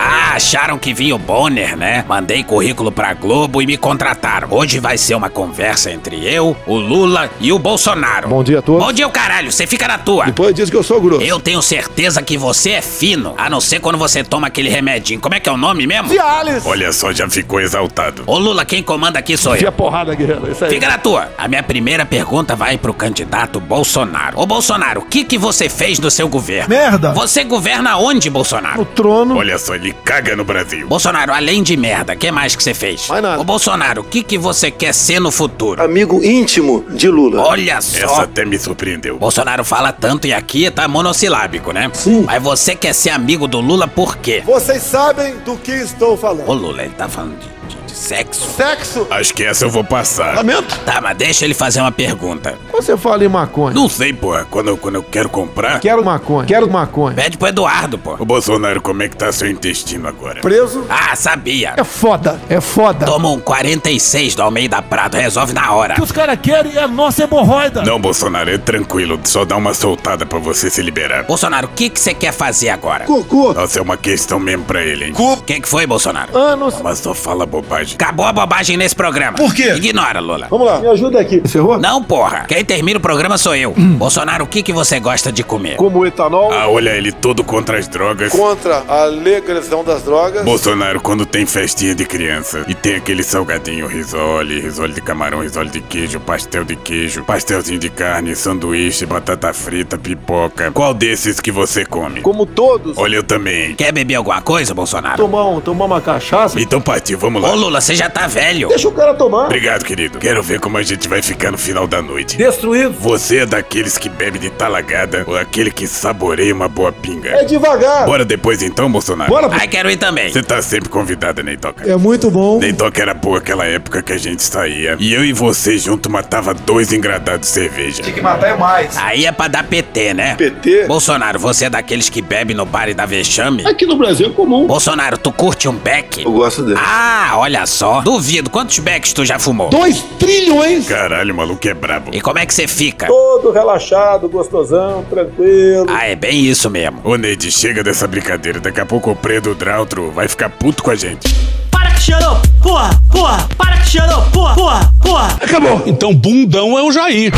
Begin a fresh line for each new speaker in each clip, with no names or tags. Ah, acharam que vinha o Bonner, né? Mandei currículo pra Globo e me contrataram. Hoje vai ser uma conversa entre eu, o Lula e o Bolsonaro.
Bom dia a todos.
Bom dia, o caralho, você fica na tua.
Depois diz que eu sou grosso.
Eu tenho certeza que você é fino, a não ser quando você toma aquele remedinho. Como é que é o nome mesmo?
Cialis!
Olha só, já ficou exaltado.
Ô Lula, quem comanda aqui sou
Enfia
eu.
porrada, guerreiro. Isso aí.
Fica na tua. A minha primeira pergunta vai pro candidato Bolsonaro. Ô Bolsonaro, o que que você fez no seu governo?
Merda!
Você governa onde, Bolsonaro?
O trono.
Olha só, ele caga no Brasil.
Bolsonaro, além de merda, o que mais que você fez?
Mais nada.
Ô Bolsonaro, o que que você quer ser no futuro?
amigo íntimo de Lula.
Olha só.
Essa até me surpreendeu.
Bolsonaro fala tanto e aqui tá monossilábico, né?
Sim.
Mas você quer ser amigo do Lula por quê?
Vocês sabem do que estou falando.
Ô Lula, ele tá falando de, de- de sexo?
Sexo.
Acho que essa eu vou passar.
Lamento.
Tá, mas deixa ele fazer uma pergunta.
Você fala em maconha.
Não sei, porra. Quando, eu- quando eu quero comprar.
Quero maconha. Quero maconha.
Pede pro Eduardo, pô.
Ô Bolsonaro, como é que tá seu intestino agora?
Preso.
Ah, sabia.
É foda. É foda.
Toma um 46 do Almeida Prado, resolve na hora.
O que os caras querem é a nossa hemorroida.
Não, Bolsonaro, é tranquilo. Só dá uma soltada pra você se liberar.
Bolsonaro, o que que você quer fazer agora?
Cocô.
Nossa, é uma questão mesmo pra ele, hein? Ah,
O que que foi, Bolsonaro?
Anos.
Mas só fala bobagem.
Acabou a bobagem nesse programa. Por
quê?
Ignora, Lula.
Vamos lá. Me ajuda aqui.
Encerrou?
Não, porra. Quem termina o programa sou eu.
Hum.
Bolsonaro, o que que você gosta de comer?
Como etanol.
Ah, olha ele todo contra as drogas.
Contra a legalização das drogas.
Bolsonaro, quando tem festinha de criança e tem aquele salgadinho risole, risole de camarão, risole de queijo, pastel de queijo, pastelzinho de carne, sanduíche, batata frita, pipoca. Qual desses que você come?
Como todos.
Olha, eu também.
Quer beber alguma coisa, Bolsonaro?
Tomar, um, tomar uma cachaça.
Então partiu, vamos
Ô,
lá.
Lula, você já tá velho.
Deixa o cara tomar.
Obrigado, querido. Quero ver como a gente vai ficar no final da noite.
Destruído.
Você é daqueles que bebe de talagada ou aquele que saboreia uma boa
É
pinga?
devagar.
Bora depois então, Bolsonaro?
Bora,
Ai, quero ir também.
Você tá sempre convidada, Neitoca.
É muito bom.
Neitoca era boa aquela época que a gente saía. E eu e você junto matava dois engradados de cerveja.
que matar é mais.
Aí é pra dar PT, né?
PT?
Bolsonaro, você é daqueles que bebe no bar e dá vexame?
Aqui no Brasil é comum.
Bolsonaro, tu curte um beck?
Eu gosto dele.
Ah, olha só. Duvido. Quantos becks tu já fumou?
2 trilhões.
Caralho, o maluco é brabo.
E como é que você fica?
Todo relaxado, gostosão, tranquilo.
Ah, é bem isso mesmo.
Ô, Neide, chega dessa brincadeira. Daqui a pouco o Predo Drautro vai ficar puto com a gente.
Para que cheirou! Porra, porra! Para que cheirou! Porra, porra, porra!
Acabou.
Então, bundão é o Jair.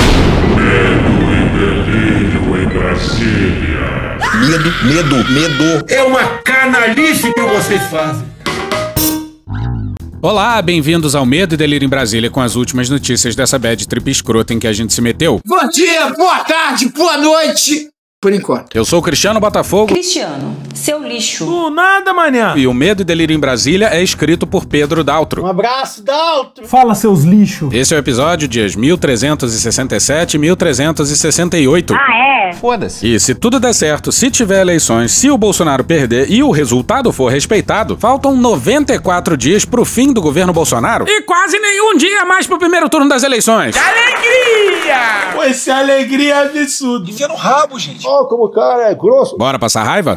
É uma canalice que vocês fazem.
Olá, bem-vindos ao Medo e Delírio em Brasília com as últimas notícias dessa bad trip escrota em que a gente se meteu.
Bom dia, boa tarde, boa noite. Por enquanto.
Eu sou o Cristiano Botafogo
Cristiano, seu lixo.
Do nada, manhã.
e o Medo e Delírio em Brasília é escrito por Pedro Daltro.
abraço, Dalton.
Fala, seus lixos.
Esse é o episódio dias 1367 e 1368.
Ah, é?
Foda-se.
E se tudo der certo, se tiver eleições, se o Bolsonaro perder e o resultado for respeitado, faltam 94 dias pro fim do governo Bolsonaro e quase nenhum dia mais pro primeiro turno das eleições.
Pô, essa alegria é absurda.
Enfia no rabo, gente. Ó, como o cara é grosso.
Bora passar raiva?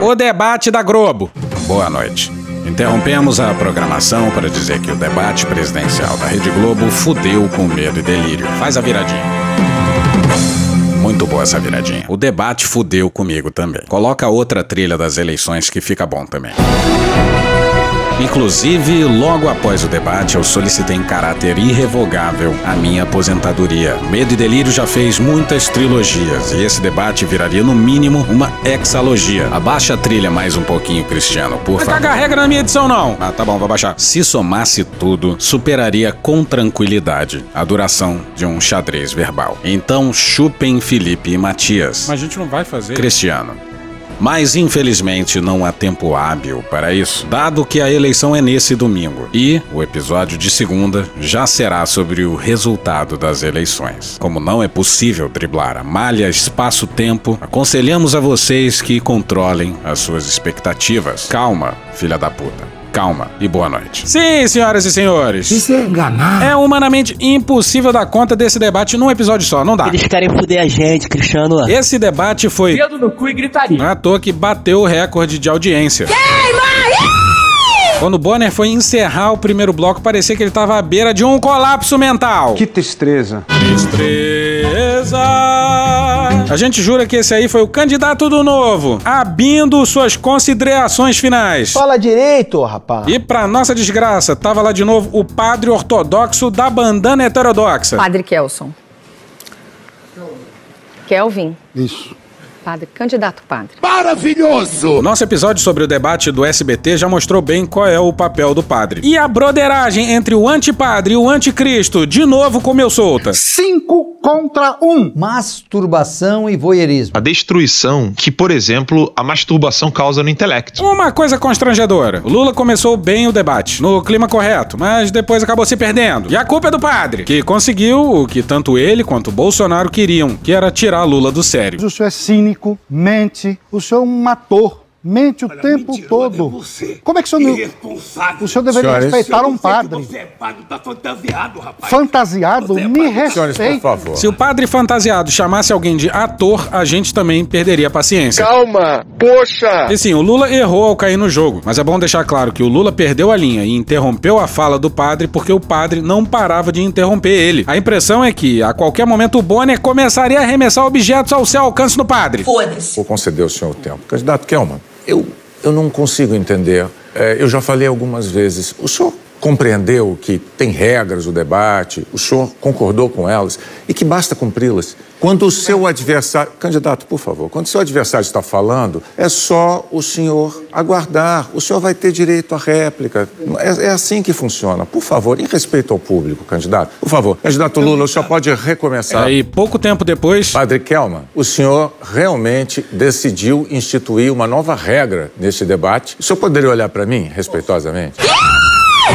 O debate da Globo. Boa noite. Interrompemos a programação para dizer que o debate presidencial da Rede Globo fudeu com medo e delírio. Faz a viradinha. Muito boa essa viradinha. O debate fudeu comigo também. Coloca outra trilha das eleições que fica bom também. Inclusive, logo após o debate, eu solicitei em caráter irrevogável a minha aposentadoria. Medo e Delírio já fez muitas trilogias e esse debate viraria, no mínimo, uma hexalogia. Abaixa a trilha mais um pouquinho, Cristiano, por favor. Não caga regra na minha edição, não. Ah, tá bom, vou abaixar. Se somasse tudo, superaria com tranquilidade a duração de um xadrez verbal. Então, chupem Felipe e Matias. Mas a gente não vai fazer. Cristiano. Mas infelizmente não há tempo hábil para isso, dado que a eleição é nesse domingo e o episódio de segunda já será sobre o resultado das eleições. Como não é possível driblar a malha espaço-tempo, aconselhamos a vocês que controlem as suas expectativas. Calma, filha da puta. Calma e boa noite. Sim, senhoras e senhores.
Isso é enganar.
É humanamente impossível dar conta desse debate num episódio só, não dá.
Eles querem foder a gente, Cristiano.
Esse debate foi. Dedo no cu e gritaria. Não é à toa que bateu o recorde de audiência. Quando o Bonner foi encerrar o primeiro bloco, parecia que ele tava à beira de um colapso mental. Que tristeza. A gente jura que esse aí foi o candidato do novo, abrindo suas considerações finais. Fala direito, rapaz. E pra nossa desgraça, tava lá de novo o padre ortodoxo da bandana heterodoxa.
Padre Kelson. Kelvin.
Isso.
Padre, candidato padre.
Maravilhoso! Nosso episódio sobre o debate do SBT já mostrou bem qual é o papel do padre. E a broderagem entre o antipadre e o anticristo, de novo comeu solta.
Cinco contra um. Masturbação e voyeurismo.
A destruição que, por exemplo, a masturbação causa no intelecto.
Uma coisa constrangedora. O Lula começou bem o debate, no clima correto, mas depois acabou se perdendo. E a culpa é do padre, que conseguiu o que tanto ele quanto Bolsonaro queriam, que era tirar Lula do sério.
O senhor é cínico, mente, o senhor é um ator. Mente o tempo todo. Como é que o senhor não. O senhor deveria
Senhores.
respeitar um padre. Fantasiado,
é
me
Senhores,
respeita.
por favor.
Se o padre fantasiado chamasse alguém de ator, a gente também perderia a paciência. Calma, poxa! E sim, o Lula errou ao cair no jogo, mas é bom deixar claro que o Lula perdeu a linha e interrompeu a fala do padre porque o padre não parava de interromper ele. A impressão é que, a qualquer momento, o Bonner começaria a arremessar objetos ao seu alcance do padre.
Vou conceder ao senhor o tempo. Candidato Kelman, eu, eu não consigo entender. É, eu já falei algumas vezes. O senhor compreendeu que tem regras o debate, o senhor concordou com elas e que basta cumpri-las. Quando o seu
É,
adversário. Candidato, por favor, quando o seu adversário está falando, é só o senhor aguardar. O senhor vai ter direito à réplica. É, é assim que funciona. Por favor, em respeito ao público, candidato. Por favor, candidato Lula, o senhor pode recomeçar.
Aí, é, pouco tempo depois.
Padre Kelman, o senhor realmente decidiu instituir uma nova regra neste debate. O senhor poderia olhar para mim, respeitosamente?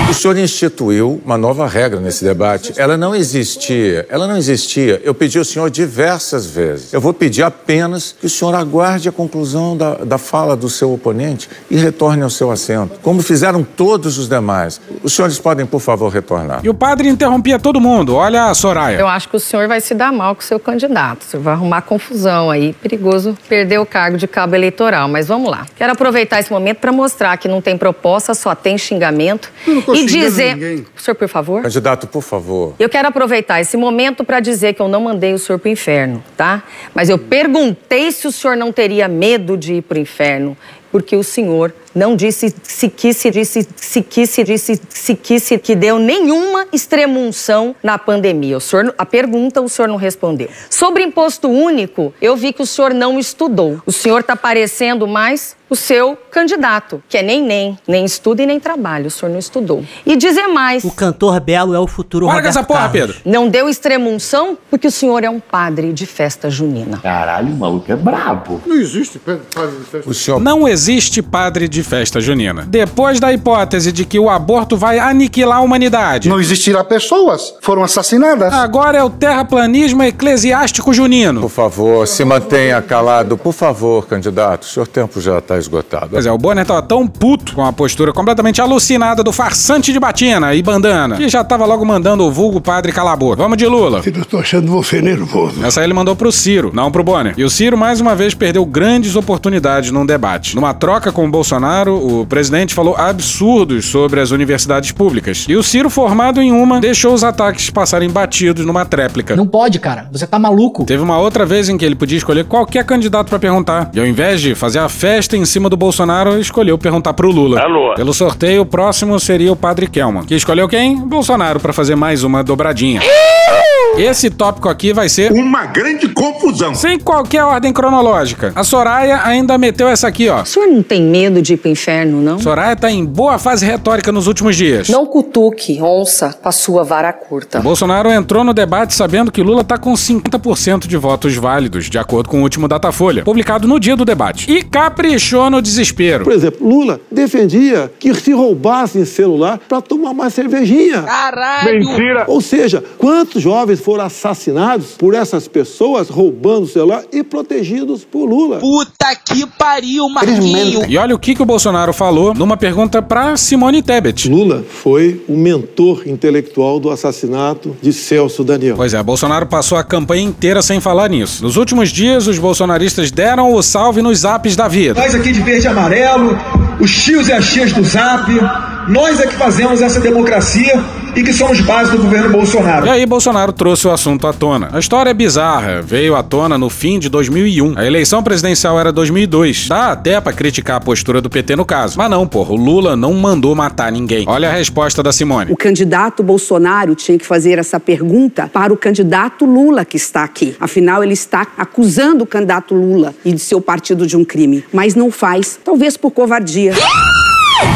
O senhor instituiu uma nova regra nesse debate. Ela não existia. Ela não existia. Eu pedi ao senhor diversas vezes. Eu vou pedir apenas que o senhor aguarde a conclusão da, da fala do seu oponente e retorne ao seu assento, como fizeram todos os demais. Os senhores podem, por favor, retornar.
E o padre interrompia todo mundo. Olha a Soraya.
Eu acho que o senhor vai se dar mal com o seu candidato. O senhor vai arrumar confusão aí. Perigoso perder o cargo de cabo eleitoral. Mas vamos lá. Quero aproveitar esse momento para mostrar que não tem proposta, só tem xingamento.
Eu não tô
e
xingando
dizer.
ninguém.
O senhor, por favor.
Candidato, por favor.
Eu quero aproveitar esse momento para dizer que eu não mandei o senhor pro inferno, tá? Mas eu perguntei se o senhor não teria medo de ir pro inferno, porque o senhor não disse se que se disse se que se disse se que se que deu nenhuma extremunção na pandemia. O senhor, a pergunta o senhor não respondeu. Sobre imposto único, eu vi que o senhor não estudou. O senhor está parecendo mais o seu candidato, que é nem nem, nem estuda e nem trabalha. O senhor não estudou. E dizer mais.
O cantor belo é o futuro
Larga
Roberto
essa porra,
Carlos.
Não deu extremunção porque o senhor é um padre de festa junina.
Caralho, o maluco é brabo.
Não existe padre de festa.
Não existe padre de festa junina. Depois da hipótese de que o aborto vai aniquilar a humanidade.
Não existirá pessoas. Foram assassinadas.
Agora é o terraplanismo eclesiástico junino.
Por favor, se mantenha calado. Por favor, candidato. O seu tempo já está esgotado.
Pois é, o Bonner tava tão puto com a postura completamente alucinada do farsante de batina e bandana, que já tava logo mandando o vulgo padre calar a boca. Vamos de Lula.
Eu tô achando você nervoso.
Essa aí ele mandou pro Ciro, não pro Bonner. E o Ciro, mais uma vez, perdeu grandes oportunidades num debate. Numa troca com o Bolsonaro, o presidente falou absurdos sobre as universidades públicas. E o Ciro, formado em uma, deixou os ataques passarem batidos numa tréplica.
Não pode, cara. Você tá maluco.
Teve uma outra vez em que ele podia escolher qualquer candidato pra perguntar. E ao invés de fazer a festa em cima do Bolsonaro, escolheu perguntar pro Lula. Pelo sorteio, o próximo seria o Padre Kelman, que escolheu quem? Bolsonaro pra fazer mais uma dobradinha. Esse tópico aqui vai ser uma grande confusão. Sem qualquer ordem cronológica. A Soraya ainda meteu essa aqui, ó.
O senhor não tem medo de ir pro inferno, não?
Soraya tá em boa fase retórica nos últimos dias.
Não cutuque onça com a sua vara curta.
O Bolsonaro entrou no debate sabendo que Lula tá com 50% de votos válidos, de acordo com o último Datafolha, publicado no dia do debate. E caprichou no desespero.
Por exemplo, Lula defendia que se roubassem celular para tomar mais cervejinha.
Caralho! Mentira!
Ou seja, quantos jovens foram assassinados por essas pessoas roubando celular e protegidos por Lula?
Puta que pariu, Marquinho!
E olha o que, que o Bolsonaro falou numa pergunta pra Simone Tebet.
Lula foi o mentor intelectual do assassinato de Celso Daniel.
Pois é, Bolsonaro passou a campanha inteira sem falar nisso. Nos últimos dias, os bolsonaristas deram o salve nos apps da vida.
Nós aqui de verde e amarelo, os tios e as tias do Zap,
Nós é que fazemos essa democracia e que somos base do governo Bolsonaro.
E aí Bolsonaro trouxe o assunto à tona. A história é bizarra, veio à tona no fim de 2001. A eleição presidencial era 2002. Dá até pra criticar a postura do PT no caso. Mas não, porra, o Lula não mandou matar ninguém. Olha a resposta da Simone.
O candidato Bolsonaro tinha que fazer essa pergunta para o candidato Lula que está aqui. Afinal, ele está acusando o candidato Lula e de seu partido de um crime, mas não faz, talvez por covardia.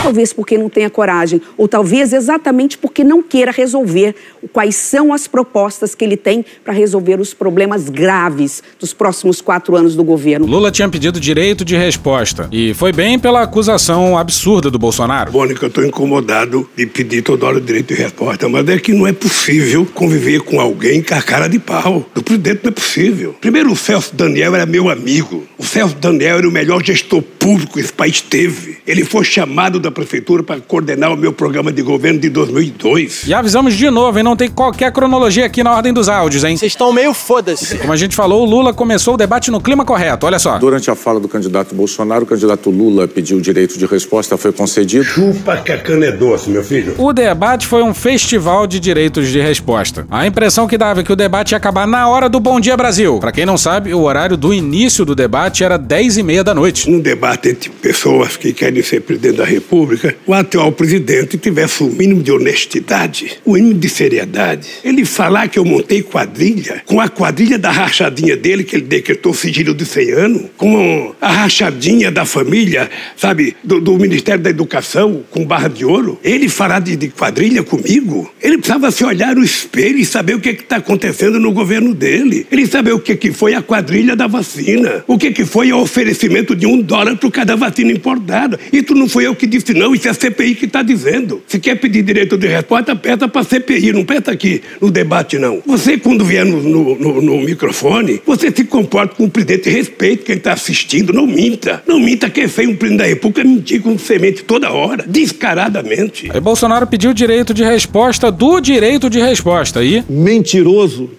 Talvez porque não tenha coragem, ou talvez exatamente porque não queira resolver quais são as propostas que ele tem para resolver os problemas graves dos próximos quatro anos do governo.
Lula tinha pedido direito de resposta e foi bem pela acusação absurda do Bolsonaro.
Mônica, eu estou incomodado de pedir toda hora o direito de resposta, mas é que não é possível conviver com alguém com a cara de pau. Do presidente não é possível. Primeiro, o Celso Daniel era meu amigo. O Celso Daniel era o melhor gestor público que esse país teve. Ele foi chamado da prefeitura para coordenar o meu programa de governo de 2002.
E avisamos de novo, hein? Não tem qualquer cronologia aqui na ordem dos áudios, hein? Vocês estão meio foda-se. Como a gente falou, o Lula começou o debate no clima correto, olha só.
Durante a fala do candidato Bolsonaro, o candidato Lula pediu o direito de resposta, foi concedido.
Chupa que a cana é doce, meu filho.
O debate foi um festival de direitos de resposta. A impressão que dava é que o debate ia acabar na hora do Bom Dia Brasil. Pra quem não sabe, o horário do início do debate era 10 e meia da noite.
Um debate entre pessoas que querem ser presidente da República, o atual presidente tivesse o mínimo de honestidade, o mínimo de seriedade. Ele falar que eu montei quadrilha, com a quadrilha da rachadinha dele, que ele decretou sigilo de 100 anos, com a rachadinha da família, sabe, do, do Ministério da Educação, com barra de ouro. Ele falar de, de quadrilha comigo, ele precisava se olhar no espelho e saber o que está acontecendo no governo dele. Ele saber o que, que foi a quadrilha da vacina, o que, que foi o oferecimento de um dólar por cada vacina importada. Isso não foi eu que disse, não, isso é a CPI que está dizendo. Se quer pedir direito de resposta, peça para a CPI, não peça aqui no debate, não. Você, quando vier no, no- no- no microfone, você se comporta com o presidente, respeite quem está assistindo, não minta. Não minta que é feio um presidente da República mentir com semente toda hora, descaradamente.
Aí Bolsonaro pediu o direito de resposta do direito de resposta e.
Mentiroso,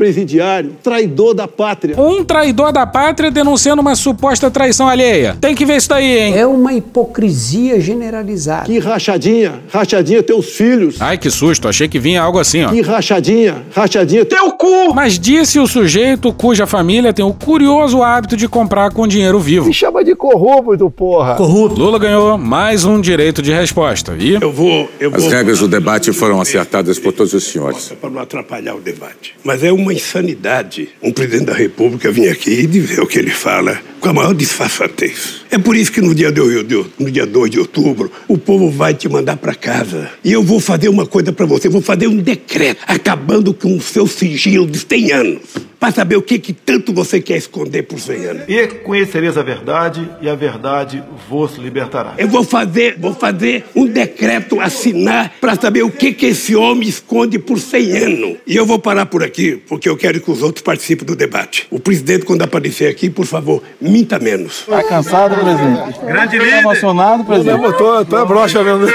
ex-presidiário, traidor da pátria.
Um traidor da pátria denunciando uma suposta traição alheia. Tem que ver isso daí, hein?
É uma hipocrisia generalizada.
Que rachadinha, rachadinha teus filhos.
Ai, que susto, achei que vinha algo assim, ó.
Que rachadinha, rachadinha teu cu.
Mas disse o sujeito cuja família tem o curioso hábito de comprar com dinheiro vivo.
Chama de corrupto, porra.
Corrupto. Lula ganhou mais um direito de resposta. E.
Eu vou. Eu
As
vou
regras do debate foram acertadas por todos os senhores.
para não atrapalhar o debate. Mas é uma insanidade um presidente da República vir aqui e dizer o que ele fala com a maior disfarçatez. É por isso que no dia, do, do- no dia 2 de outubro, o povo vai te mandar para casa. E eu vou fazer uma coisa para você, vou fazer um decreto acabando com o seu sigilo de 100 anos. Para saber o que, que tanto você quer esconder por 100 anos.
E conhecereis a verdade, e a verdade vos libertará.
Eu vou fazer, vou fazer um decreto assinar para saber o que, que esse homem esconde por 100 anos. E eu vou parar por aqui, porque eu quero que os outros participem do debate. O presidente, quando aparecer aqui, por favor, minta menos.
Tá cansado, presidente?
Grande
líder. emocionado, presidente?
Eu tô, tô é broxa mesmo.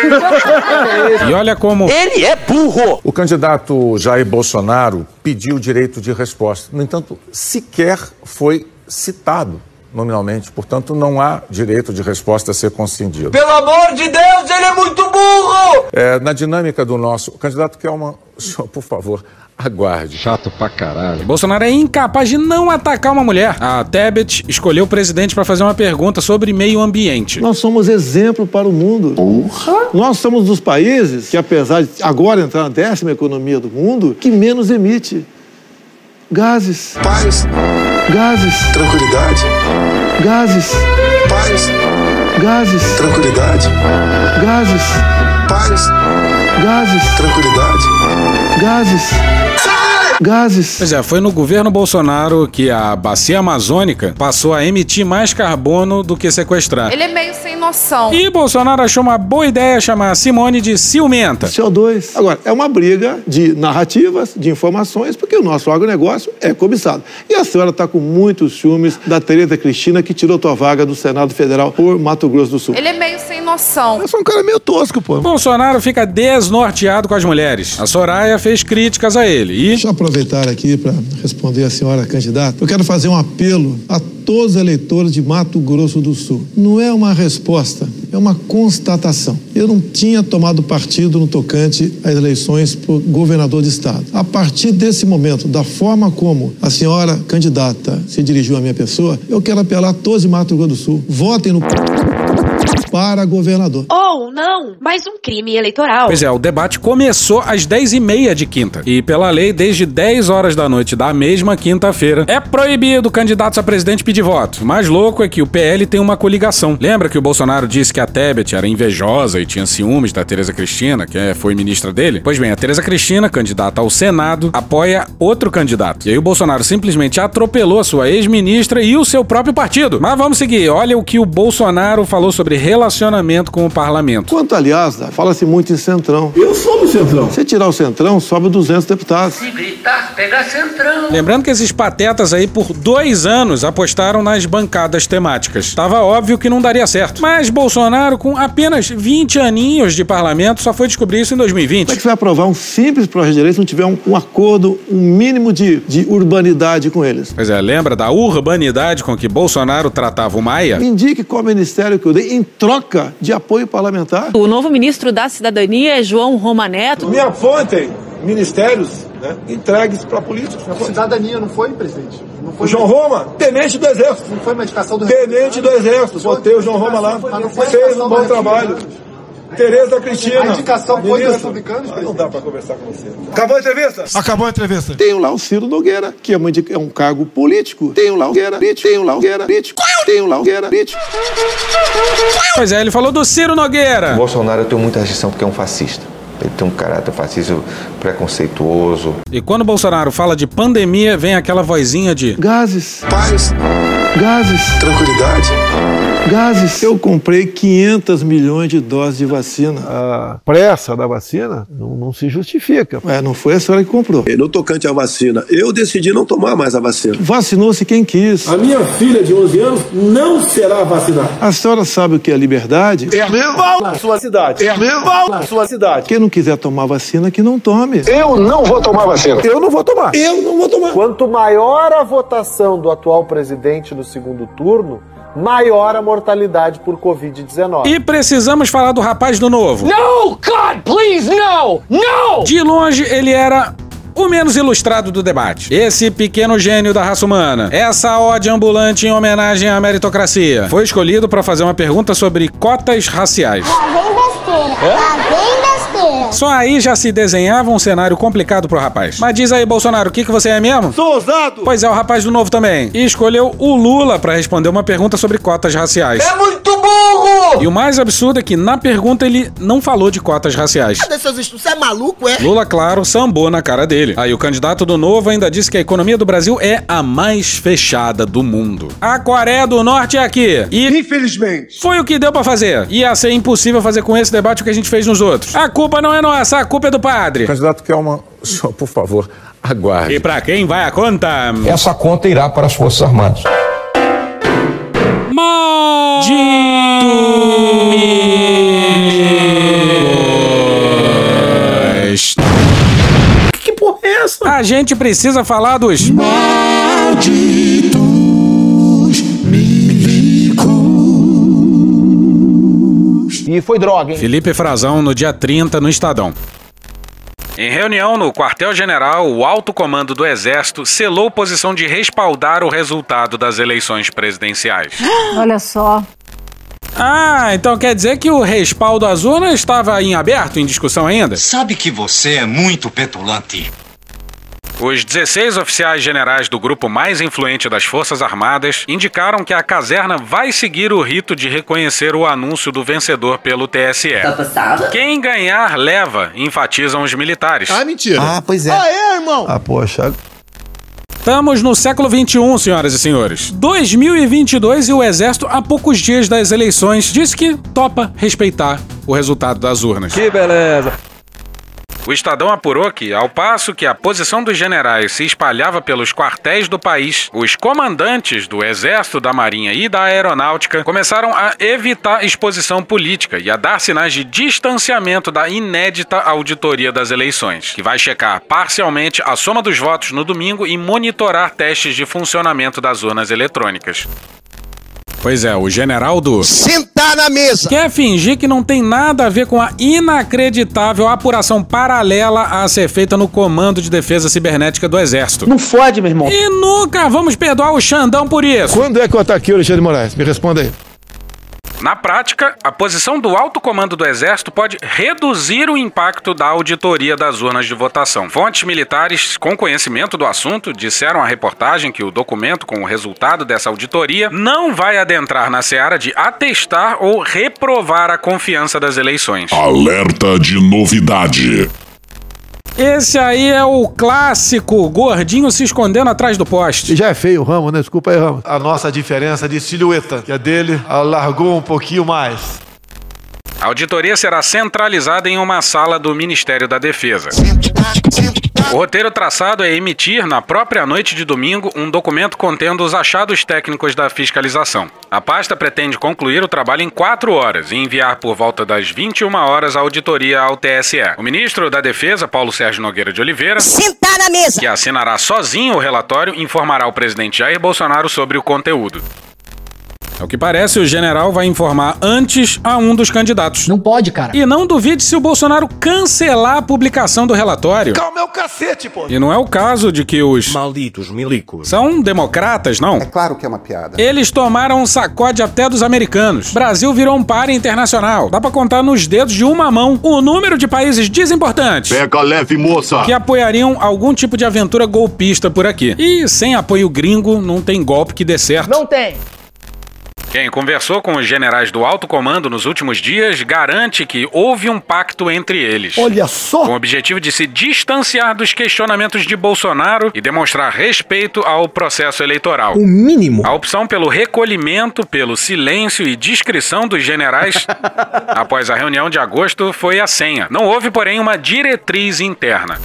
E olha como.
Ele é burro! O candidato Jair Bolsonaro pediu o direito de resposta. No entanto, sequer foi citado nominalmente. Portanto, não há direito de resposta a ser concedido.
Pelo amor de Deus, ele é muito burro!
É, na dinâmica do nosso. Candidato Kelman, o senhor, por favor, aguarde. Chato pra caralho.
Bolsonaro é incapaz de não atacar uma mulher. A Tebet escolheu o presidente para fazer uma pergunta sobre meio ambiente.
Nós somos exemplo para o mundo. Porra! Nós somos dos países que, apesar de agora entrar na décima economia do mundo, que menos emite gases. Paz. Gases. Tranquilidade. Gases. Paz. Gases. Tranquilidade. Gases. Paz. Gases. Tranquilidade. Gases. Gases.
Pois é, foi no governo Bolsonaro que a bacia amazônica passou a emitir mais carbono do que sequestrar.
Ele é meio sem noção.
E Bolsonaro achou uma boa ideia chamar a Simone de ciumenta.
CO2. Agora, é uma briga de narrativas, de informações, porque o nosso agronegócio é cobiçado. E a senhora está com muitos ciúmes da Tereza Cristina, que tirou tua vaga do Senado Federal por Mato Grosso do Sul.
Ele é meio sem noção.
Eu sou um cara meio tosco, pô.
Bolsonaro fica desnorteado com as mulheres. A Soraya fez críticas a ele. E
Deixa eu aproveitar aqui para responder a senhora candidata. Eu quero fazer um apelo a
dos eleitores de Mato Grosso do Sul. Não é uma resposta, é uma constatação. Eu não tinha tomado partido no tocante às eleições por governador de estado. A partir desse momento, da forma como a senhora candidata se dirigiu à minha pessoa, eu quero apelar a todos de Mato Grosso do Sul. Votem no para governador.
Ou não, mais um crime eleitoral.
Pois é, o debate começou às 10h30 de quinta. E pela lei, desde 10 horas da noite da mesma quinta-feira, é proibido candidatos a presidente pedir voto. O mais louco é que o PL tem uma coligação. Lembra que o Bolsonaro disse que a Tebet era invejosa e tinha ciúmes da Tereza Cristina, que é- foi ministra dele? Pois bem, a Tereza Cristina, candidata ao Senado, apoia outro candidato. E aí o Bolsonaro simplesmente atropelou a sua ex-ministra e o seu próprio partido. Mas vamos seguir. Olha o que o Bolsonaro falou sobre relacionamento com o parlamento.
Quanto, aliás, fala-se muito em Centrão. Eu sou do Centrão. Se tirar o Centrão, sobe 200 deputados.
gritar, pegar centrão.
Lembrando que esses patetas aí por dois anos apostaram nas bancadas temáticas. Tava óbvio que não daria certo. Mas Bolsonaro, com apenas 20 aninhos de parlamento, só foi descobrir isso em 2020.
Como é que você vai aprovar um simples projeto de lei se não tiver um, um acordo, um mínimo de, de urbanidade com eles?
Pois é, lembra da urbanidade com que Bolsonaro tratava o Maia?
Me indique qual ministério que eu dei em troca de apoio parlamentar.
O novo ministro da Cidadania é João Romaneto.
Me apontem ministérios né, entregues para políticos. Cidadania não foi, presidente? o João Roma, tenente do Exército. Não foi uma indicação do Tenente do Exército, botei o João Roma lá, fez um bom trabalho. Tereza Cristina. A indicação foi dos republicanos, Não dá para conversar com você. Acabou a entrevista?
Acabou a entrevista. Tenho lá o Ciro Nogueira, que é, uma indica- é um cargo político. Tenho lá o Nogueira, tenho lá o Nogueira, tenho lá o Nogueira,
Pois é, ele falou do Ciro Nogueira.
Bolsonaro eu tenho muita rejeição porque é um fascista. Ele tem um caráter fascista preconceituoso.
E quando Bolsonaro fala de pandemia, vem aquela vozinha de
Gases. Paz. Gases. Tranquilidade. Gases. Eu comprei 500 milhões de doses de vacina.
A pressa da vacina não, não se justifica.
É, não foi a senhora que comprou.
No tocante à vacina, eu decidi não tomar mais a vacina.
Vacinou-se quem quis.
A minha filha de 11 anos não será vacinada.
A senhora sabe o que é liberdade?
É meu na sua cidade. É meu na sua cidade.
Quem não quiser tomar vacina, que não tome.
Eu não vou tomar vacina.
Eu não vou tomar. Eu não vou tomar.
Quanto maior a votação do atual presidente no segundo turno, maior a mortalidade por Covid-19.
E precisamos falar do rapaz do novo.
No, God, please, no! No!
De longe, ele era o menos ilustrado do debate. Esse pequeno gênio da raça humana. Essa ode ambulante em homenagem à meritocracia. Foi escolhido para fazer uma pergunta sobre cotas raciais.
bem É
É?
besteira. Tá bem besteira.
Só aí já se desenhava um cenário complicado pro rapaz. Mas diz aí, Bolsonaro, o que, que você é mesmo? Sou ousado! Pois é, o rapaz do novo também. E escolheu o Lula para responder uma pergunta sobre cotas raciais. É muito burro! E o mais absurdo é que na pergunta ele não falou de cotas raciais.
Cadê seus estudos? Você é maluco, é?
Lula, claro, sambou na cara dele. Aí o candidato do Novo ainda disse que a economia do Brasil é a mais fechada do mundo. A Coreia do Norte é aqui. E infelizmente foi o que deu pra fazer. Ia ser impossível fazer com esse debate o que a gente fez nos outros. A culpa não é nossa, a culpa é do padre.
Candidato Kelman, só, por favor, aguarde.
E pra quem vai a conta?
Essa conta irá para as Forças Armadas.
Maldito milhões. Que porra é essa? A gente precisa falar dos malditos
E foi droga, hein?
Felipe Frazão no dia 30 no Estadão. Em reunião no quartel-general, o alto comando do Exército selou posição de respaldar o resultado das eleições presidenciais.
Olha só.
Ah, então quer dizer que o respaldo às urnas estava em aberto, em discussão ainda?
Sabe que você é muito petulante.
Os 16 oficiais generais do grupo mais influente das Forças Armadas indicaram que a caserna vai seguir o rito de reconhecer o anúncio do vencedor pelo TSE. Quem ganhar, leva, enfatizam os militares.
Ah, mentira. Ah, pois é. Aê, irmão!
Ah, poxa. Estamos no século XXI, senhoras e senhores. 2022 e o Exército, há poucos dias das eleições, disse que topa respeitar o resultado das urnas. Que beleza! O Estadão apurou que, ao passo que a posição dos generais se espalhava pelos quartéis do país, os comandantes do Exército, da Marinha e da Aeronáutica começaram a evitar exposição política e a dar sinais de distanciamento da inédita auditoria das eleições, que vai checar parcialmente a soma dos votos no domingo e monitorar testes de funcionamento das urnas eletrônicas. Pois é, o general do
Sentar na mesa!
Quer fingir que não tem nada a ver com a inacreditável apuração paralela a ser feita no Comando de Defesa Cibernética do Exército.
Não fode, meu irmão.
E nunca vamos perdoar o Xandão por isso.
Quando é que eu ataquei o Alexandre de Moraes? Me responda aí.
Na prática, a posição do alto comando do Exército pode reduzir o impacto da auditoria das urnas de votação. Fontes militares com conhecimento do assunto disseram à reportagem que o documento com o resultado dessa auditoria não vai adentrar na seara de atestar ou reprovar a confiança das eleições.
Alerta de novidade.
Esse aí é o clássico gordinho se escondendo atrás do poste.
Já é feio o ramo, né? Desculpa aí, ramo.
A nossa diferença de silhueta, que a dele alargou um pouquinho mais.
A auditoria será centralizada em uma sala do Ministério da Defesa. O roteiro traçado é emitir, na própria noite de domingo, um documento contendo os achados técnicos da fiscalização. A pasta pretende concluir o trabalho em quatro horas e enviar por volta das 21 horas a auditoria ao TSE. O ministro da Defesa, Paulo Sérgio Nogueira de Oliveira,
Sentar na mesa!
que assinará sozinho o relatório, informará o presidente Jair Bolsonaro sobre o conteúdo. Ao que parece, o general vai informar antes a um dos candidatos.
Não pode, cara.
E não duvide se o Bolsonaro cancelar a publicação do relatório.
Calma é o cacete, pô!
E não é o caso de que os
Malditos milicos.
são democratas, não?
É claro que é uma piada.
Eles tomaram um sacode até dos americanos. Brasil virou um par internacional. Dá pra contar nos dedos de uma mão o número de países desimportantes
Pega leve, moça.
que apoiariam algum tipo de aventura golpista por aqui. E sem apoio gringo, não tem golpe que dê certo.
Não tem.
Quem conversou com os generais do alto comando nos últimos dias garante que houve um pacto entre eles.
Olha só!
Com o objetivo de se distanciar dos questionamentos de Bolsonaro e demonstrar respeito ao processo eleitoral.
O mínimo.
A opção pelo recolhimento, pelo silêncio e discrição dos generais após a reunião de agosto foi a senha. Não houve, porém, uma diretriz interna.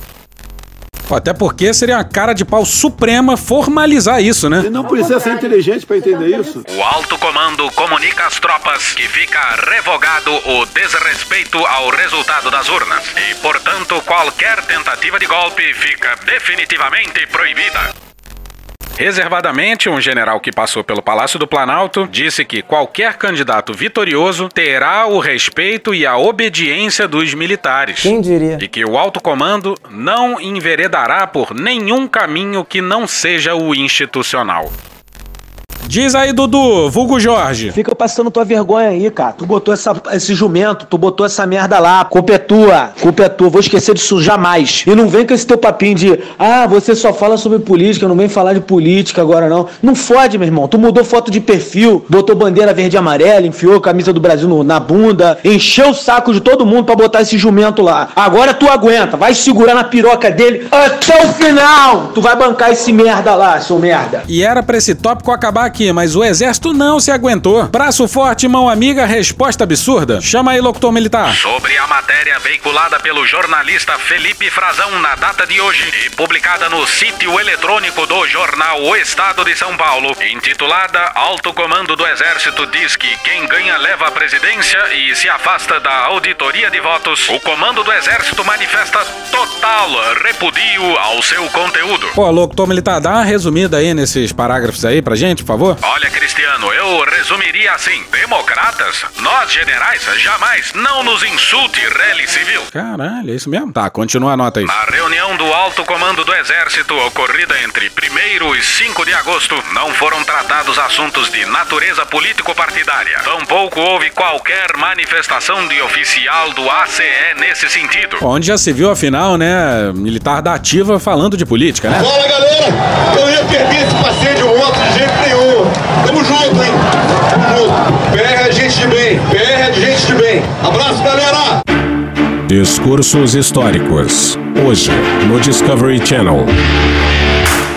Até porque seria uma cara de pau suprema formalizar isso, né?
Você não precisa ser inteligente pra entender isso.
O alto comando comunica às tropas que fica revogado o desrespeito ao resultado das urnas e, portanto, qualquer tentativa de golpe fica definitivamente proibida. Reservadamente, um general que passou pelo Palácio do Planalto disse que qualquer candidato vitorioso terá o respeito e a obediência dos militares.
Quem diria?
E que o alto comando não enveredará por nenhum caminho que não seja o institucional. Diz aí, Dudu, vulgo Jorge.
Fica passando tua vergonha aí, cara. Tu botou essa- esse jumento, tu botou essa merda lá. Culpa é tua, culpa é tua. Vou esquecer disso jamais. E não vem com esse teu papinho de, ah, você só fala sobre política, não vem falar de política agora não. Não fode, meu irmão. Tu mudou foto de perfil, botou bandeira verde e amarela, enfiou a camisa do Brasil no- na bunda, encheu o saco de todo mundo pra botar esse jumento lá. Agora tu aguenta, vai segurar na piroca dele até o final. Tu vai bancar esse merda lá, seu merda.
E era pra esse tópico acabar aqui, mas o exército não se aguentou. Braço forte, mão amiga, resposta absurda. Chama aí, locutor militar. Sobre a matéria veiculada pelo jornalista Felipe Frazão na data de hoje e publicada no sítio eletrônico do jornal O Estado de São Paulo, intitulada Alto Comando do Exército diz que quem ganha leva a presidência e se afasta da auditoria de votos, o comando do Exército manifesta total repudio ao seu conteúdo. Pô, locutor militar, dá uma resumida aí nesses parágrafos aí pra gente, por favor. Olha, Cristiano, eu resumiria assim: democratas, nós generais jamais não nos insulte, rally civil. Caralho, é isso mesmo? Tá, continua a nota aí. Na reunião do alto comando do Exército, ocorrida entre 1 e 5 de agosto, não foram tratados assuntos de natureza político-partidária. Tampouco houve qualquer manifestação de oficial do ACE nesse sentido. Onde já se viu, afinal, né? Militar da ativa falando de política, né?
Fala galera, eu não ia perder esse passeio ontem de jeito nenhum. Tamo junto, hein? Tamo junto. PR é gente de bem, PR é de gente de bem. Abraço, galera!
Discursos históricos. Hoje, no Discovery Channel.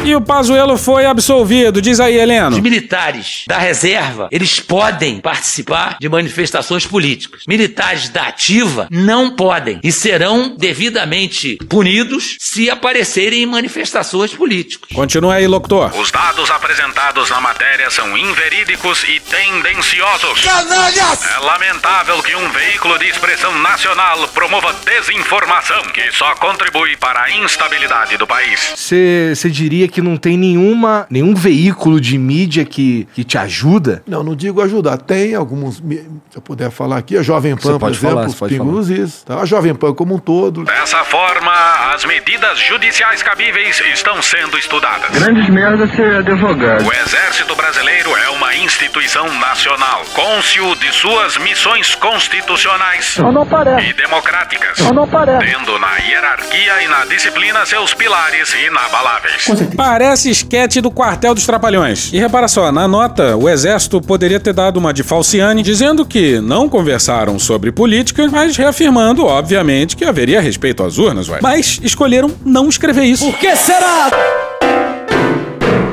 E o Pazuello foi absolvido. Diz aí, Heleno.
Os militares da reserva, eles podem participar de manifestações políticas. Militares da ativa não podem e serão devidamente punidos se aparecerem em manifestações políticas.
Continua aí, locutor.
Os dados apresentados na matéria são inverídicos e tendenciosos.
Canalhas!
É lamentável que um veículo de expressão nacional promova desinformação que só contribui para a instabilidade do país.
Você diria que não tem nenhuma, nenhum veículo de mídia que, que te ajuda?
Não, não digo ajudar. Tem alguns. me- Se eu puder falar aqui, a Jovem
Você
Pan, por
pode falar,
exemplo,
você pode
Pingo
falar.
nos Is, tá? A Jovem Pan como um todo.
Dessa forma, as medidas judiciais cabíveis estão sendo estudadas.
merda ser advogado.
O Exército Brasileiro é uma instituição nacional, cônscio de suas missões constitucionais
Eu não pareço.
e democráticas,
Eu não pareço.
tendo na hierarquia e na disciplina seus pilares inabaláveis.
Parece esquete do quartel dos Trapalhões. E repara só, na nota, o exército poderia ter dado uma de Falciane, dizendo que não conversaram sobre política, mas reafirmando, obviamente, que haveria respeito às urnas, ué. Mas escolheram não escrever isso. Por que será?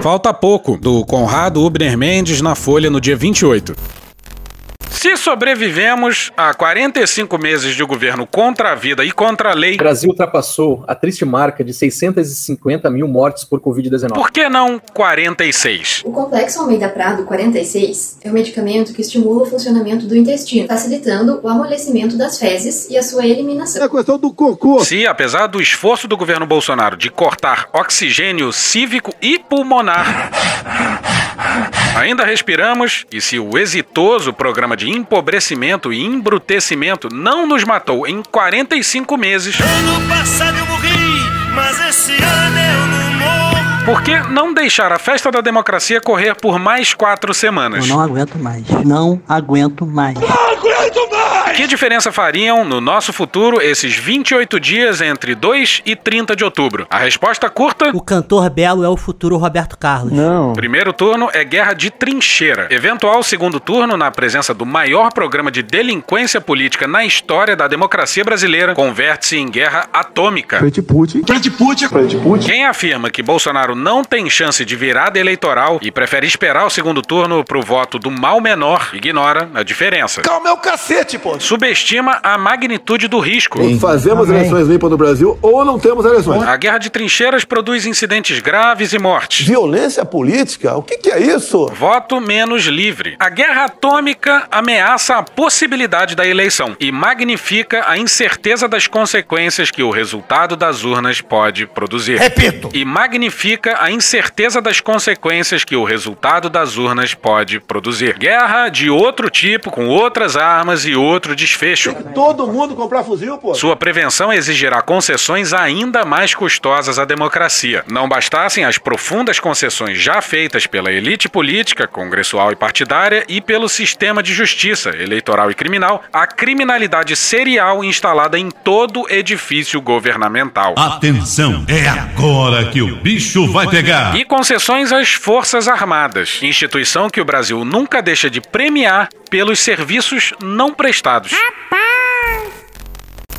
Falta pouco, do Conrado Ubner Mendes na Folha no dia 28. Se sobrevivemos a 45 meses de governo contra a vida e contra a lei,
O Brasil ultrapassou a triste marca de 650 mil mortes por Covid-19.
por que não 46?
O complexo Almeida Prado 46 é um medicamento que estimula o funcionamento do intestino, facilitando o amolecimento das fezes e a sua eliminação.
é A questão do cocô.
Se, apesar do esforço do governo Bolsonaro de cortar oxigênio cívico e pulmonar, ainda respiramos e se o exitoso programa de empobrecimento e embrutecimento não nos matou em 45 meses,
Ano passado eu morri, mas esse ano eu não morro.
por que não deixar a festa da democracia correr por mais quatro semanas?
aguento mais. Não aguento mais.
Que diferença fariam no nosso futuro esses 28 dias entre 2 e 30 de outubro? A resposta curta?
O cantor belo é o futuro Roberto Carlos. Não.
Primeiro turno é guerra de trincheira. Eventual segundo turno, na presença do maior programa de delinquência política na história da democracia brasileira, converte-se em guerra atômica.
Putin. Frente Putin. é Frente Putin.
Quem afirma que Bolsonaro não tem chance de virada eleitoral e prefere esperar o segundo turno pro voto do mal menor, ignora a diferença.
Calma, é o cacete, pô.
Subestima a magnitude do risco.
Fazemos eleições limpas no Brasil ou não temos eleições.
A guerra de trincheiras produz incidentes graves e mortes.
Violência política? O que, que é isso?
Voto menos livre. A guerra atômica ameaça a possibilidade da eleição e magnifica a incerteza das consequências que o resultado das urnas pode produzir.
Repito.
E magnifica a incerteza das consequências que o resultado das urnas pode produzir. Guerra de outro tipo, com outras armas e outro desfecho.
Todo mundo comprar fuzil, pô.
Sua prevenção exigirá concessões ainda mais custosas à democracia. Não bastassem as profundas concessões já feitas pela elite política, congressual e partidária e pelo sistema de justiça eleitoral e criminal, a criminalidade serial instalada em todo edifício governamental.
Atenção, é agora que o bicho vai pegar.
E concessões às Forças Armadas, instituição que o Brasil nunca deixa de premiar pelos serviços não prestados.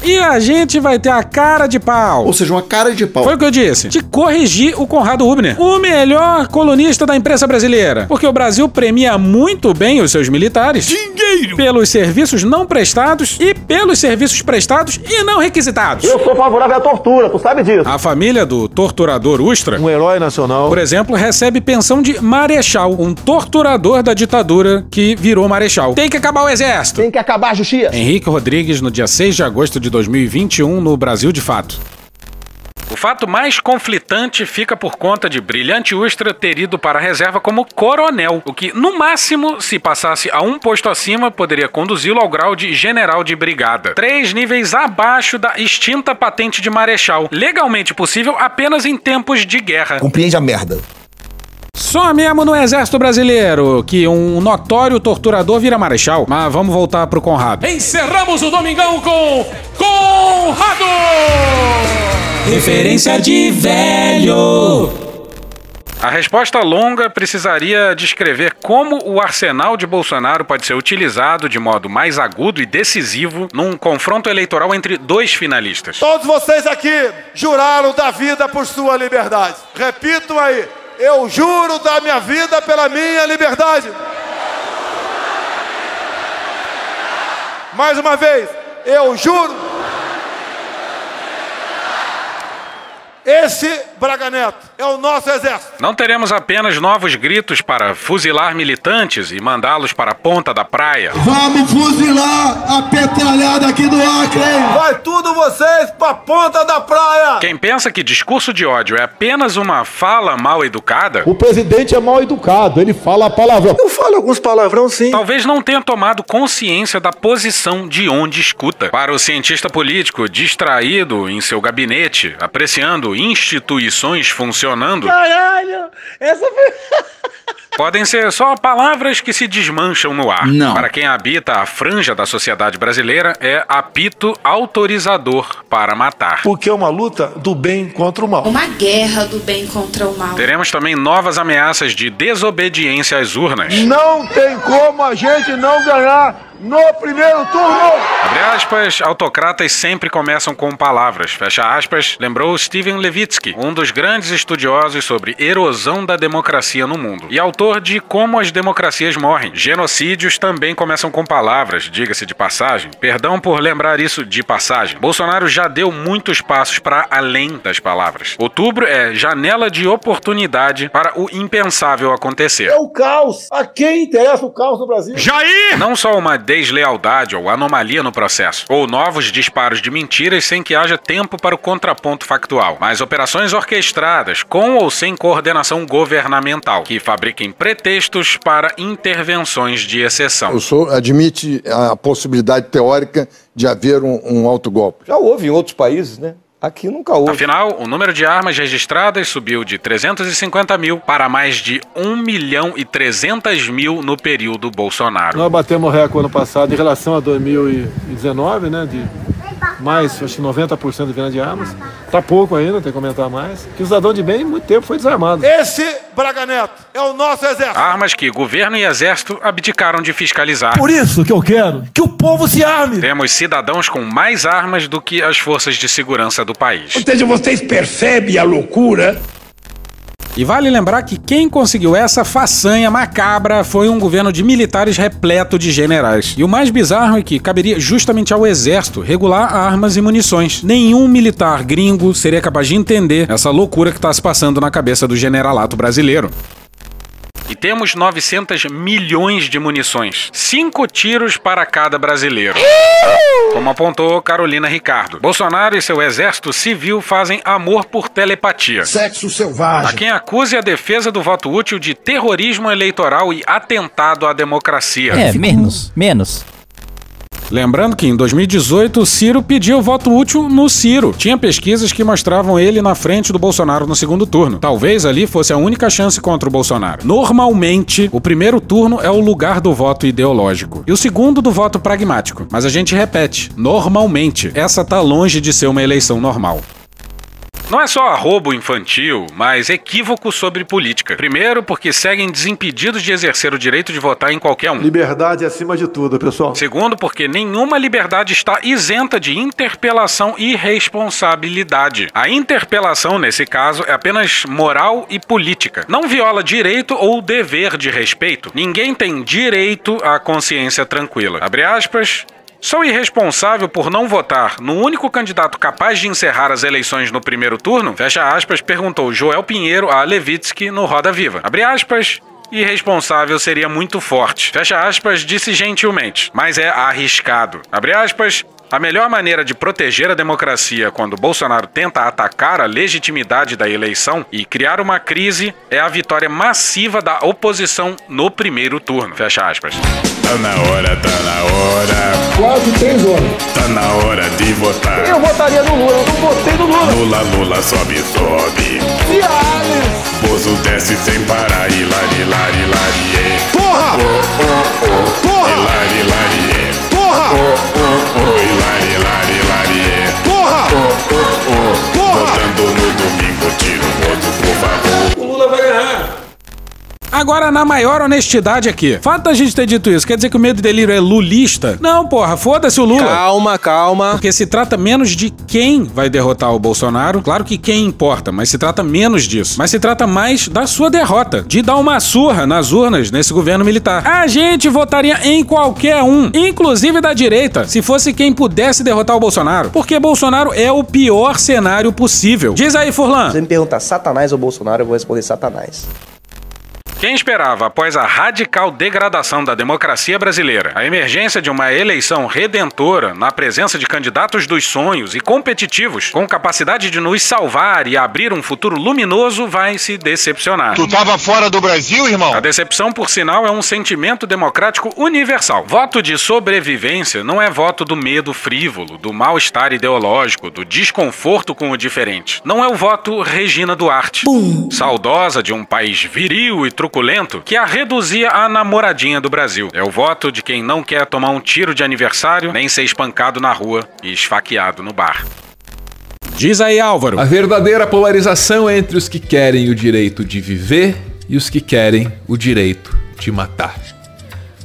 E a gente vai ter a cara de pau. Ou
seja, uma cara de pau.
Foi o que eu disse. De corrigir o Conrado Hubner, o melhor colunista da imprensa brasileira. Porque o Brasil premia muito bem os seus militares. Dinheiro! Pelos serviços não prestados e pelos serviços prestados e não requisitados. Eu
sou favorável à tortura, tu sabe disso.
A família do torturador Ustra,
um herói nacional,
por exemplo, recebe pensão de marechal, um torturador da ditadura que virou marechal. Tem que acabar o exército.
Tem que acabar a justiça.
Henrique Rodrigues, no dia 6 de agosto de 2021, no Brasil de Fato. O fato mais conflitante fica por conta de Brilhante Ustra ter ido para a reserva como coronel, o que, no máximo, se passasse a um posto acima, poderia conduzi-lo ao grau de general de brigada. Três níveis abaixo da extinta patente de marechal, legalmente possível apenas em tempos de guerra.
Compreende a merda.
Só mesmo no Exército Brasileiro que um notório torturador vira marechal. Mas vamos voltar pro Conrado.
Encerramos o Domingão com Conrado!
Referência de velho. A resposta longa precisaria descrever como o arsenal de Bolsonaro pode ser utilizado de modo mais agudo e decisivo num confronto eleitoral entre dois finalistas.
Todos vocês aqui juraram da vida por sua liberdade. Repito aí, eu juro da minha vida pela minha liberdade. Mais uma vez, eu juro. Esse Braga Neto é o nosso exército.
Não teremos apenas novos gritos para fuzilar militantes e mandá-los para a ponta da praia.
Vamos fuzilar a petralhada aqui do Acre!
Vai tudo vocês pra ponta da praia!
Quem pensa que discurso de ódio é apenas uma fala mal educada,
O presidente é mal educado, ele fala palavrão.
Eu falo alguns palavrão sim.
talvez não tenha tomado consciência da posição de onde escuta. Para o cientista político distraído em seu gabinete, apreciando instituições funcionando,
Caralho! Essa foi.
podem ser só palavras que se desmancham no ar.
Não.
Para quem habita a franja da sociedade brasileira, é apito autorizador para matar.
Porque é uma luta do bem contra o mal.
Uma guerra do bem contra o mal.
Teremos também novas ameaças de desobediência às urnas.
Não tem como a gente não ganhar no primeiro turno.
Abre aspas, autocratas sempre começam com palavras. Fecha aspas, lembrou Steven Levitsky, um dos grandes estudiosos sobre erosão da democracia no mundo e autor de Como as Democracias Morrem. Genocídios também começam com palavras, diga-se de passagem. Perdão por lembrar isso de passagem. Bolsonaro já deu muitos passos para além das palavras. Outubro é janela de oportunidade para o impensável acontecer.
É o caos. A quem interessa o caos no Brasil?
Jair! Não só uma deslealdade ou anomalia no processo, ou novos disparos de mentiras sem que haja tempo para o contraponto factual, mas operações orquestradas, com ou sem coordenação governamental, que fabriquem pretextos para intervenções de exceção.
O senhor admite a possibilidade teórica de haver um, um autogolpe?
Já houve em outros países, né? Aqui nunca houve.
Afinal, o número de armas registradas subiu de 350 mil para mais de 1 milhão e 300 mil no período Bolsonaro.
Nós batemos recorde ano passado em relação a 2019, né? De mais, acho que 90% de venda de armas. Tá pouco ainda, tem que aumentar mais. Que o cidadão de bem, muito tempo, foi desarmado.
Esse Braga Neto é o nosso exército.
Armas que governo e exército abdicaram de fiscalizar.
Por isso que eu quero que o povo se arme.
Temos cidadãos com mais armas do que as forças de segurança do país.
seja, vocês percebem a loucura?
E vale lembrar que quem conseguiu essa façanha macabra foi um governo de militares repleto de generais. E o mais bizarro é que caberia justamente ao exército regular armas e munições. Nenhum militar gringo seria capaz de entender essa loucura que está se passando na cabeça do generalato brasileiro.
E temos 900 milhões de munições. Cinco tiros para cada brasileiro. Como apontou Carolina Ricardo. Bolsonaro e seu exército civil fazem amor por telepatia.
Sexo selvagem.
A quem acuse a defesa do voto útil de terrorismo eleitoral e atentado à democracia.
É, menos, menos.
Lembrando que em 2018 o Ciro pediu voto útil no Ciro. Tinha pesquisas que mostravam ele na frente do Bolsonaro no segundo turno. Talvez ali fosse a única chance contra o Bolsonaro. Normalmente, o primeiro turno é o lugar do voto ideológico e o segundo do voto pragmático. Mas a gente repete, normalmente, essa tá longe de ser uma eleição normal.
Não é só arrobo infantil, mas equívoco sobre política. Primeiro, porque seguem desimpedidos de exercer o direito de votar em qualquer um.
Liberdade é acima de tudo, pessoal.
Segundo, porque nenhuma liberdade está isenta de interpelação e responsabilidade. A interpelação, nesse caso, é apenas moral e política. Não viola direito ou dever de respeito. Ninguém tem direito à consciência tranquila. Abre aspas. Sou irresponsável por não votar no único candidato capaz de encerrar as eleições no primeiro turno? Fecha aspas, perguntou Joel Pinheiro a Levitsky no Roda Viva. Abre aspas. Irresponsável seria muito forte. Fecha aspas, disse gentilmente, mas é arriscado. Abre aspas. A melhor maneira de proteger a democracia quando Bolsonaro tenta atacar a legitimidade da eleição e criar uma crise é a vitória massiva da oposição no primeiro turno. Fecha aspas.
Tá na hora, tá na hora,
Quase três horas.
tá na hora de votar.
Eu votaria no Lula, eu não votei no Lula.
Lula, Lula, sobe, sobe.
Viales!
Bozo desce sem parar, hilari, lari, lari, é.
Porra!
Oh, oh, oh.
Porra!
Hilari, lari, é.
Porra!
Oh, oh, oh. Hilari, lari, lari, é.
Porra!
Oh, oh, oh. Votando no domingo, tira o voto, por favor.
O Lula vai ganhar.
Agora, na maior honestidade aqui, fato da gente ter dito isso, quer dizer que o medo e delírio é lulista? Não, porra, foda-se o Lula. Calma, calma. Porque se trata menos de quem vai derrotar o Bolsonaro. Claro que quem importa, mas se trata menos disso. Mas se trata mais da sua derrota, de dar uma surra nas urnas nesse governo militar. A gente votaria em qualquer um, inclusive da direita, se fosse quem pudesse derrotar o Bolsonaro. Porque Bolsonaro é o pior cenário possível. Diz aí, Furlan.
Se você me perguntar Satanás ou Bolsonaro, eu vou responder Satanás.
Quem esperava, após a radical degradação da democracia brasileira, a emergência de uma eleição redentora na presença de candidatos dos sonhos e competitivos, com capacidade de nos salvar e abrir um futuro luminoso, vai se decepcionar.
Tu tava fora do Brasil, irmão?
A decepção, por sinal, é um sentimento democrático universal. Voto de sobrevivência não é voto do medo frívolo, do mal-estar ideológico, do desconforto com o diferente. Não é o voto Regina Duarte, saudosa de um país viril e truculento que a reduzia à namoradinha do Brasil. É o voto de quem não quer tomar um tiro de aniversário, nem ser espancado na rua e esfaqueado no bar. Diz aí, Álvaro.
A verdadeira polarização é entre os que querem o direito de viver e os que querem o direito de matar.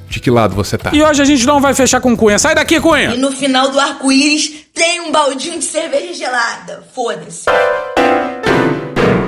De que lado você tá?
E hoje a gente não vai fechar com Cunha. Sai daqui, Cunha!
E no final do arco-íris tem um baldinho de cerveja gelada. Foda-se.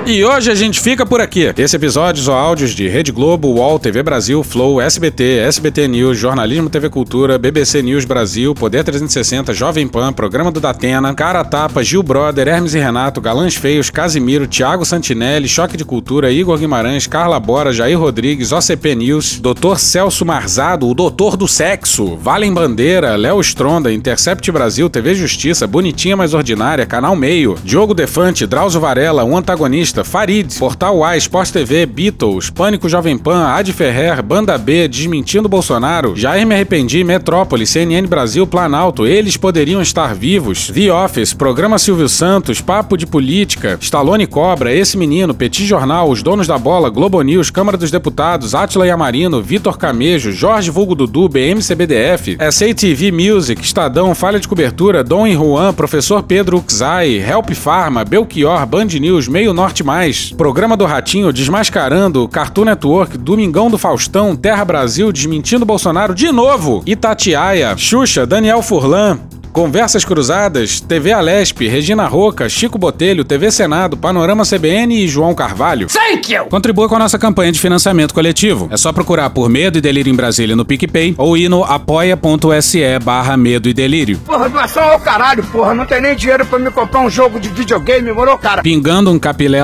E hoje a gente fica por aqui. Esse episódio ou áudios de Rede Globo, UOL, TV Brasil, Flow, SBT, SBT News, Jornalismo TV Cultura, BBC News Brasil, Poder 360, Jovem Pan, Programa do Datena, Cara a Tapa, Gil Brother, Hermes e Renato, Galãs Feios, Casimiro, Thiago Santinelli, Choque de Cultura, Igor Guimarães, Carla Bora, Jair Rodrigues, OCP News, Dr. Celso Marzado, o Doutor do Sexo, Valem Bandeira, Léo Stronda, Intercept Brasil, TV Justiça, Bonitinha Mais Ordinária, Canal Meio, Diogo Defante, Drauzio Varela, um antagonista Farid, Portal A, Sport TV, Beatles, Pânico Jovem Pan, Ad Ferrer, Banda B, Desmentindo Bolsonaro, Jair Me Arrependi, Metrópole, CNN Brasil, Planalto, Eles Poderiam Estar Vivos, The Office, Programa Silvio Santos, Papo de Política, Stallone Cobra, Esse Menino, Petit Jornal, Os Donos da Bola, Globo News, Câmara dos Deputados, Átila Yamarino, Vitor Camejo, Jorge Vulgo Dudu, BMCBDF, SATV Music, Estadão, Falha de Cobertura, Dom e Juan, Professor Pedro Uxai, Help Pharma, Belchior, Band News, Meio Norte mais. Programa do Ratinho, Desmascarando, Cartoon Network, Domingão do Faustão, Terra Brasil, Desmentindo Bolsonaro de novo, Itatiaia, Xuxa, Daniel Furlan. Conversas Cruzadas, TV Alesp, Regina Roca, Chico Botelho, TV Senado, Panorama CBN e João Carvalho.
Thank you!
Contribua com a nossa campanha de financiamento coletivo. É só procurar por Medo e Delírio em Brasília no PicPay ou ir no apoia.se barra Medo e Delírio.
Porra, doação ao caralho, porra. Não tem nem dinheiro pra me comprar um jogo de videogame, moro, cara?
Pingando um capilé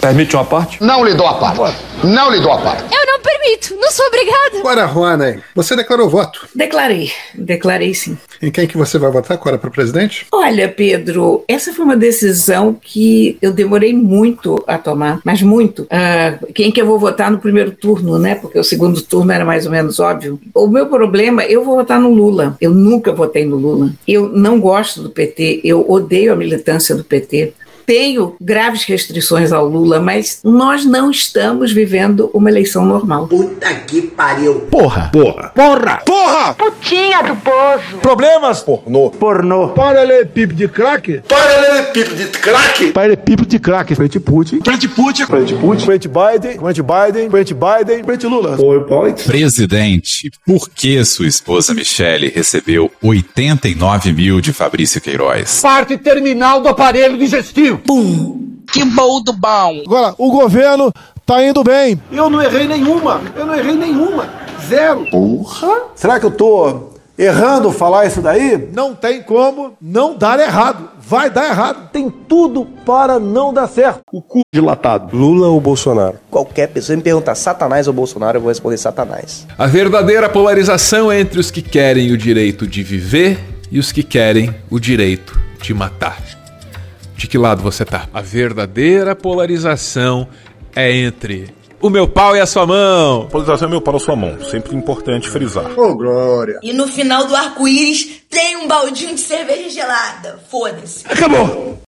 Permite uma parte?
Não lhe dou a parte. Não lhe dou a parte.
Eu não permito, não sou obrigada.
Cora Ruanay, você declarou voto.
Declarei, declarei sim.
Em quem que você vai votar, Cora, para presidente?
Olha, Pedro, essa foi uma decisão que eu demorei muito a tomar, mas muito. Ah, quem que eu vou votar no primeiro turno, né? Porque o segundo turno era mais ou menos óbvio. O meu problema, eu vou votar no Lula. Eu nunca votei no Lula. Eu não gosto do PT, eu odeio a militância do PT tenho graves restrições ao Lula, mas nós não estamos vivendo uma eleição normal.
Puta que pariu.
Porra. Porra.
Porra.
Porra.
Putinha do poço.
Problemas.
Pornô.
Pornô.
Paralelepípedo de craque.
Paralelepípedo de craque.
Paralelepípedo de craque. Frente Putin.
Frente Putin.
Frente Putin. Frente Biden. Frente Biden. Frente Biden. Frente Lula.
PowerPoint.
Presidente, por que sua esposa Michele recebeu 89 mil de Fabrício Queiroz?
Parte terminal do aparelho digestivo.
Pum! Que boldo bom!
Agora, o governo tá indo bem.
Eu não errei nenhuma. Eu não errei nenhuma. Zero.
Porra!
Será que eu tô errando falar isso daí? Não tem como não dar errado. Vai dar errado. Tem tudo para não dar certo.
O cu dilatado.
Lula ou Bolsonaro? Qualquer pessoa me perguntar Satanás ou Bolsonaro, eu vou responder Satanás.
A verdadeira polarização é entre os que querem o direito de viver e os que querem o direito de matar. De que lado você tá? A verdadeira polarização é entre
O meu pau e a sua mão.
Polarização é meu pau ou sua mão. Sempre importante frisar.
Ô, Glória.
E no final do arco-íris tem um baldinho de cerveja gelada. Foda-se.
Acabou!